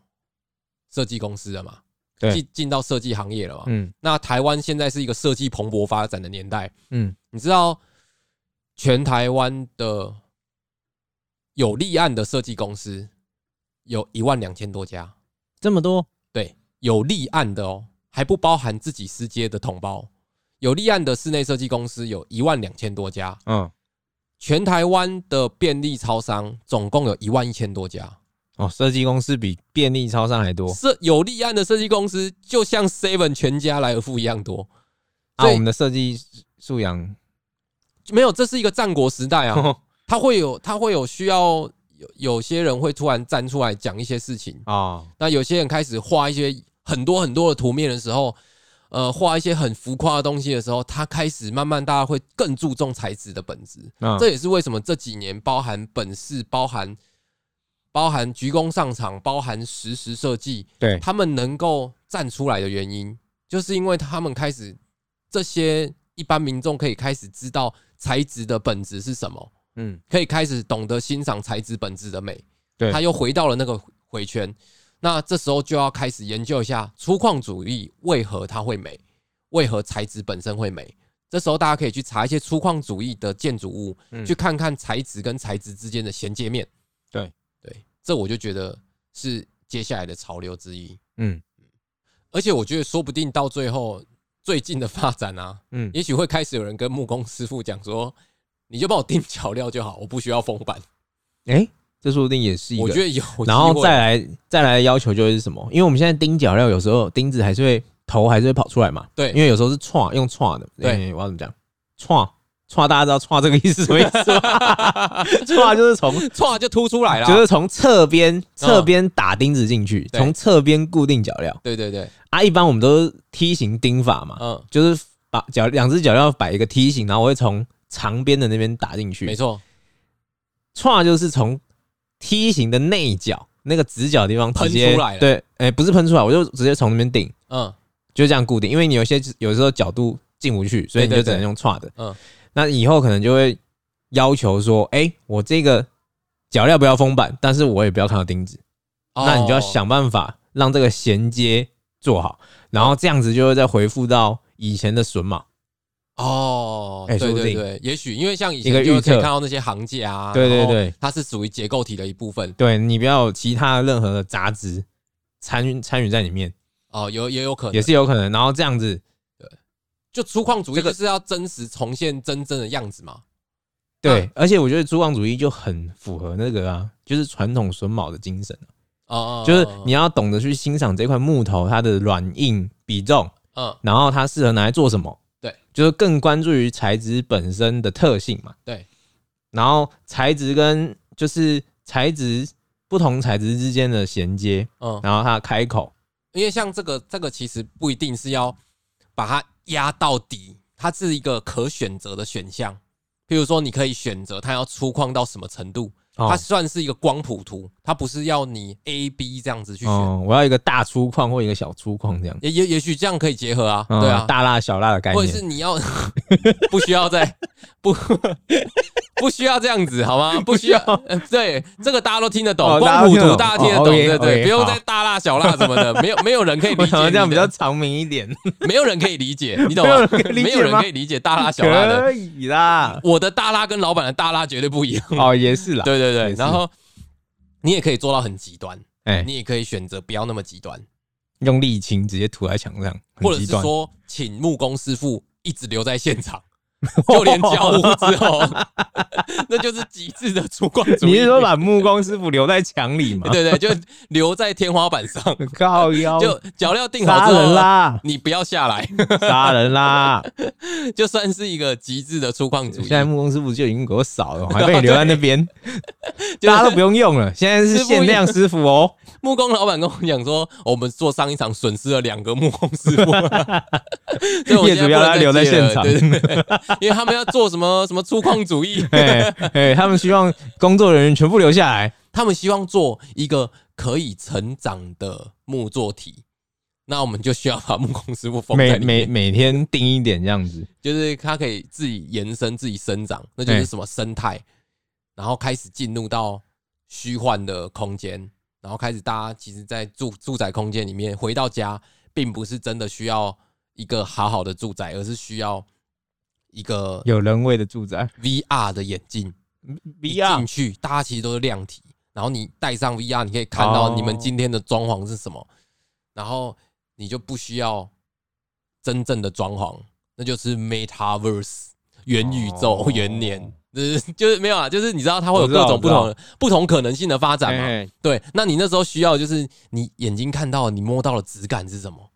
设计公司了嘛，
对
进进到设计行业了嘛。
嗯
那台湾现在是一个设计蓬勃发展的年代，
嗯
你知道全台湾的有立案的设计公司有一万两千多家，
这么多，
对，有立案的哦，还不包含自己私接的同胞。有立案的室内设计公司有一万两千多家，
嗯，
全台湾的便利超商总共有一万一千多家。
哦，设计公司比便利超商还多。
设有立案的设计公司就像 Seven 全家、莱尔富一样多。
那、
所
啊
以
我们的设计素养，
没有，这是一个战国时代 啊，
哦
他会有他会有需要有有些人会突然站出来讲一些事情，
哦，
那有些人开始画一些很多很多的图面的时候，呃，画一些很浮夸的东西的时候，他开始慢慢大家会更注重材质的本质。
嗯
这也是为什么这几年包含本市、包含包含鞠躬上场、包含实时设计，
对，
他们能够站出来的原因，就是因为他们开始这些一般民众可以开始知道材质的本质是什么，
嗯，
可以开始懂得欣赏材质本质的美。
对
他又回到了那个回圈。那这时候就要开始研究一下粗犷主义为何它会美，为何材质本身会美。这时候大家可以去查一些粗犷主义的建筑物，
嗯
去看看材质跟材质之间的衔接面。
对
对，这我就觉得是接下来的潮流之一。
嗯
而且我觉得说不定到最后最近的发展啊，
嗯，
也许会开始有人跟木工师傅讲说，你就帮我钉脚料就好，我不需要封板。
哎、这说不定也是一个。
我觉得 有，啊
然后再来再来的要求就会是什么？因为我们现在钉脚料有时候钉子还是会头还是会跑出来嘛。
对
因为有时候是串用串的。
对
诶我要怎么讲？串串大家知道串这个意思是什么意思吗？ 串就是从
唰就凸出来了。
就是从侧边侧边打钉子进去，
嗯对
从侧边固定脚料
对对对，
啊。一般我们都是梯形钉法嘛，
嗯，
就是把脚两只脚要摆一个梯形，然后我会从长边的那边打进去。
没错，
串就是从梯形的内角那个直角地方直接
喷出来了
对，哎、不是喷出来，我就直接从那边顶，
嗯
就这样固定。因为你有些有时候角度进不去，所以你就
对对
只
对
能用串的。
嗯
那以后可能就会要求说，哎、我这个脚料不要封板，但是我也不要看到钉子。
哦
那你就要想办法让这个衔接做好，然后这样子就会再回复到以前的榫码。
哦，
哎
对
说不
对
定
对，也许因为像以
一个
前
预
就可以
测
看到那些行架啊，
对对
然后
对
它是属于结构体的一部分
对你不要有其他任何的杂质参与参与在里面，
哦，有也有可
也
能，
是有可能。然后这样子，
就粗犷主义
这个
就是要真实重现真正的样子嘛，
对，而且我觉得粗犷主义就很符合那个啊，就是传统榫卯的精神，啊
哦，哦
就是
哦
你要懂得去欣赏这块木头它的软硬比重，
嗯
然后它适合拿来做什么。
对，
就是更关注于材质本身的特性嘛。
对，
然后材质跟就是材质不同材质之间的衔接，
嗯，
然后它的开口，
因为像这个这个其实不一定是要把它压到底，它是一个可选择的选项。譬如说，你可以选择它要粗犷到什么程度，它
哦
算是一个光谱图，它不是要你 A、B 这样子去选，
哦，我要一个大粗犷或一个小粗犷这样。
也也也许这样可以结合啊，
嗯
对啊，
大辣小辣的概
或者是
念，
你要 不需要再不 不需要这样子好吗？不需要，呃对，这个大家都听得懂，
哦
光谱图
大
大
家
家
都
听
听得懂哦
得懂，
，OK，
对对，
OK，
不用
好
再大辣小辣什么的，没有没有人可以理
我
解
想要
你
这样比较
的
长明一 点，
没有人可以 理解，你懂吗？
没
没
有
有
人
人
可
可
以
以理解大拉小拉 的。
可以啦。
我的大拉跟老板的大拉绝对不一 样。
哦，也是啦，
对对对
也，是
然后你也可以做到很极端，
哎，
你也可以选择不要那么极端，
用沥青直接涂在墙上，很
或者
极
是
端
说请木工师傅一直留在 现场，就连交屋之后， 那就是极致的粗犷主义。
你是说把木工师傅留在墙里吗？
对对，就留在天花 板上，
靠腰，
就脚料定好
杀
之
人
后，
啦，
你不要下来，
杀人啦！
就算是一个极致的粗犷主义。
现在木工师傅就已经给我扫了，我还被你留在那边，
就是
大家都不用用了。现在是限量师傅哦，
木工老板跟我讲说，哦我们做上一场损失了两个木工师 傅，所以我
业
现
主
在不能再接了
要他留在现场
对对对， 因为他们要做什么什么粗犷主 义，
哎哎，他们希望工作人员全部留下来。
他们希望做一个可以成长的木作体，那我们就需要把木工师傅封在
每
里
每
面，
每天定一点这样子，
就是它可以自己延伸、自己生长，那就是什么生态，然后开始进入到虚幻的空间，然后开始大家其实，在住住宅空间里面回到家，并不是真的需要一个好好的住宅，而是需要一个
有人味的住宅
VR 的眼镜，一进去大家其实都是量体，然后你戴上 VR，你可以看
哦
到你们今天的装潢是什么，然后你就不需要真正的装潢，那就是 Metaverse 元宇宙
哦
元年，就是就是没有啊，就是你知道它会有
我知道
各种不
我
同不同可能性的发展嘛。
哎
对，那你那时候需要的就是你眼睛看到、你摸到的质感是什么？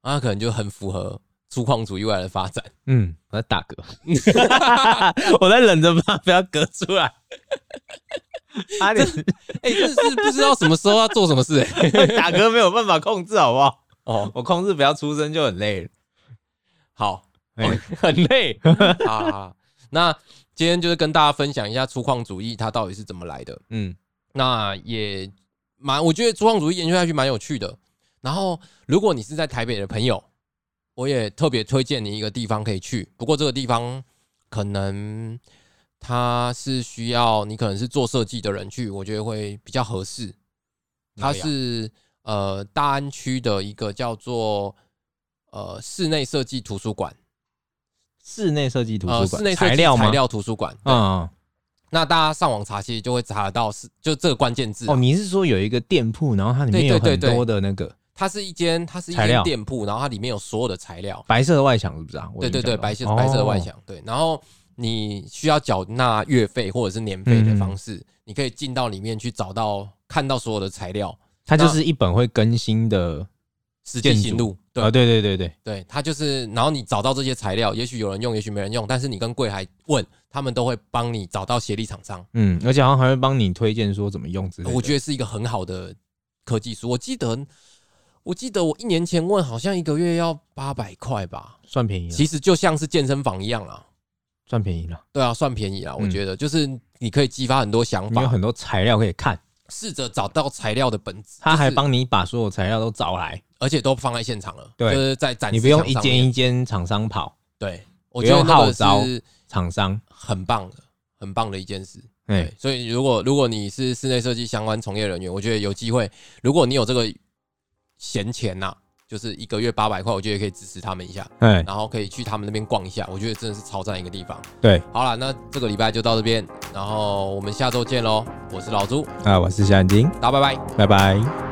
啊，可能就很符合粗犷主义未来的发展。
嗯，我在打嗝， 我在忍着怕不要嗝出来。差点
哎、真的是不知道什么时候要做什么事、哎
打嗝没有办法控制，好不好？
哦，
我控制不要出声就很累了。
好，
哎
很累 啊。那今天就是跟大家分享一下粗犷主义它到底是怎么来的。
嗯，
那也蛮，我觉得粗犷主义研究下去蛮有趣的。然后，如果你是在台北的朋友，我也特别推荐你一个地方可以去。不过这个地方可能它是需要你可能是做设计的人去，我觉得会比较合适。它
哪里啊
是呃大安区的一个叫做呃室内设计图书馆，
哦室内设计图
呃
书
室
馆
内设计
材料吗
材？料图书馆。
嗯，
那大家上网查，其实就会查得到是就这个关键字啊、
哦，你是说有一个店铺，然后它里面
对
有
对
很
对
多的那个
它是一间，它是一
材
间
料
店铺，然后它里面有所有的材料，
白色的外墙，是不是啊？我
对对
印象
对，
中
白色白色的外，
哦
墙，对，然后你需要缴纳月费或者是年费的方式，你可以进到里面去找到看到所有的材料，
它就是一本会更新的。
实际行路，对
啊，对对对对，
对，它就是，然后你找到这些材料，也许有人用，也许没人用，但是你跟柜台问，他们都会帮你找到协力厂商，
嗯，而且好像还会帮你推荐说怎么用之类的。
我觉得是一个很好的科技书。我记得，我记得我一年前问，好像一个月要八百块吧，
得算便宜了，
其实就像是健身房一样啦。
算便宜了，
对啊，算便宜啦，我
嗯
觉得就是你可以激发很多想
你有
法，
很多材料可以看，
试着找到材料的本质。
他还
就是，
帮你把所有材料都找来，
而且都放在现场了，
对
就是在展示
你不用
墙
一
上
间
面。
一间厂商跑，
对，我
不
觉
用
得那个
号召
是
厂商，
很棒的，很棒的一件事。对
哎，，
所以如果如果你是室内设计相关从业人员，我觉得有机会，如果你有这个闲钱呐、就是一个月八百块，我觉得也可以支持他们一下，
哎，
然后可以去他们那边逛一下，我觉得真的是超赞一个地方。
对，
好了，那这个礼拜就到这边，然后我们下周见喽，我是老朱，
啊，我是夏金，
大家拜拜。
拜拜。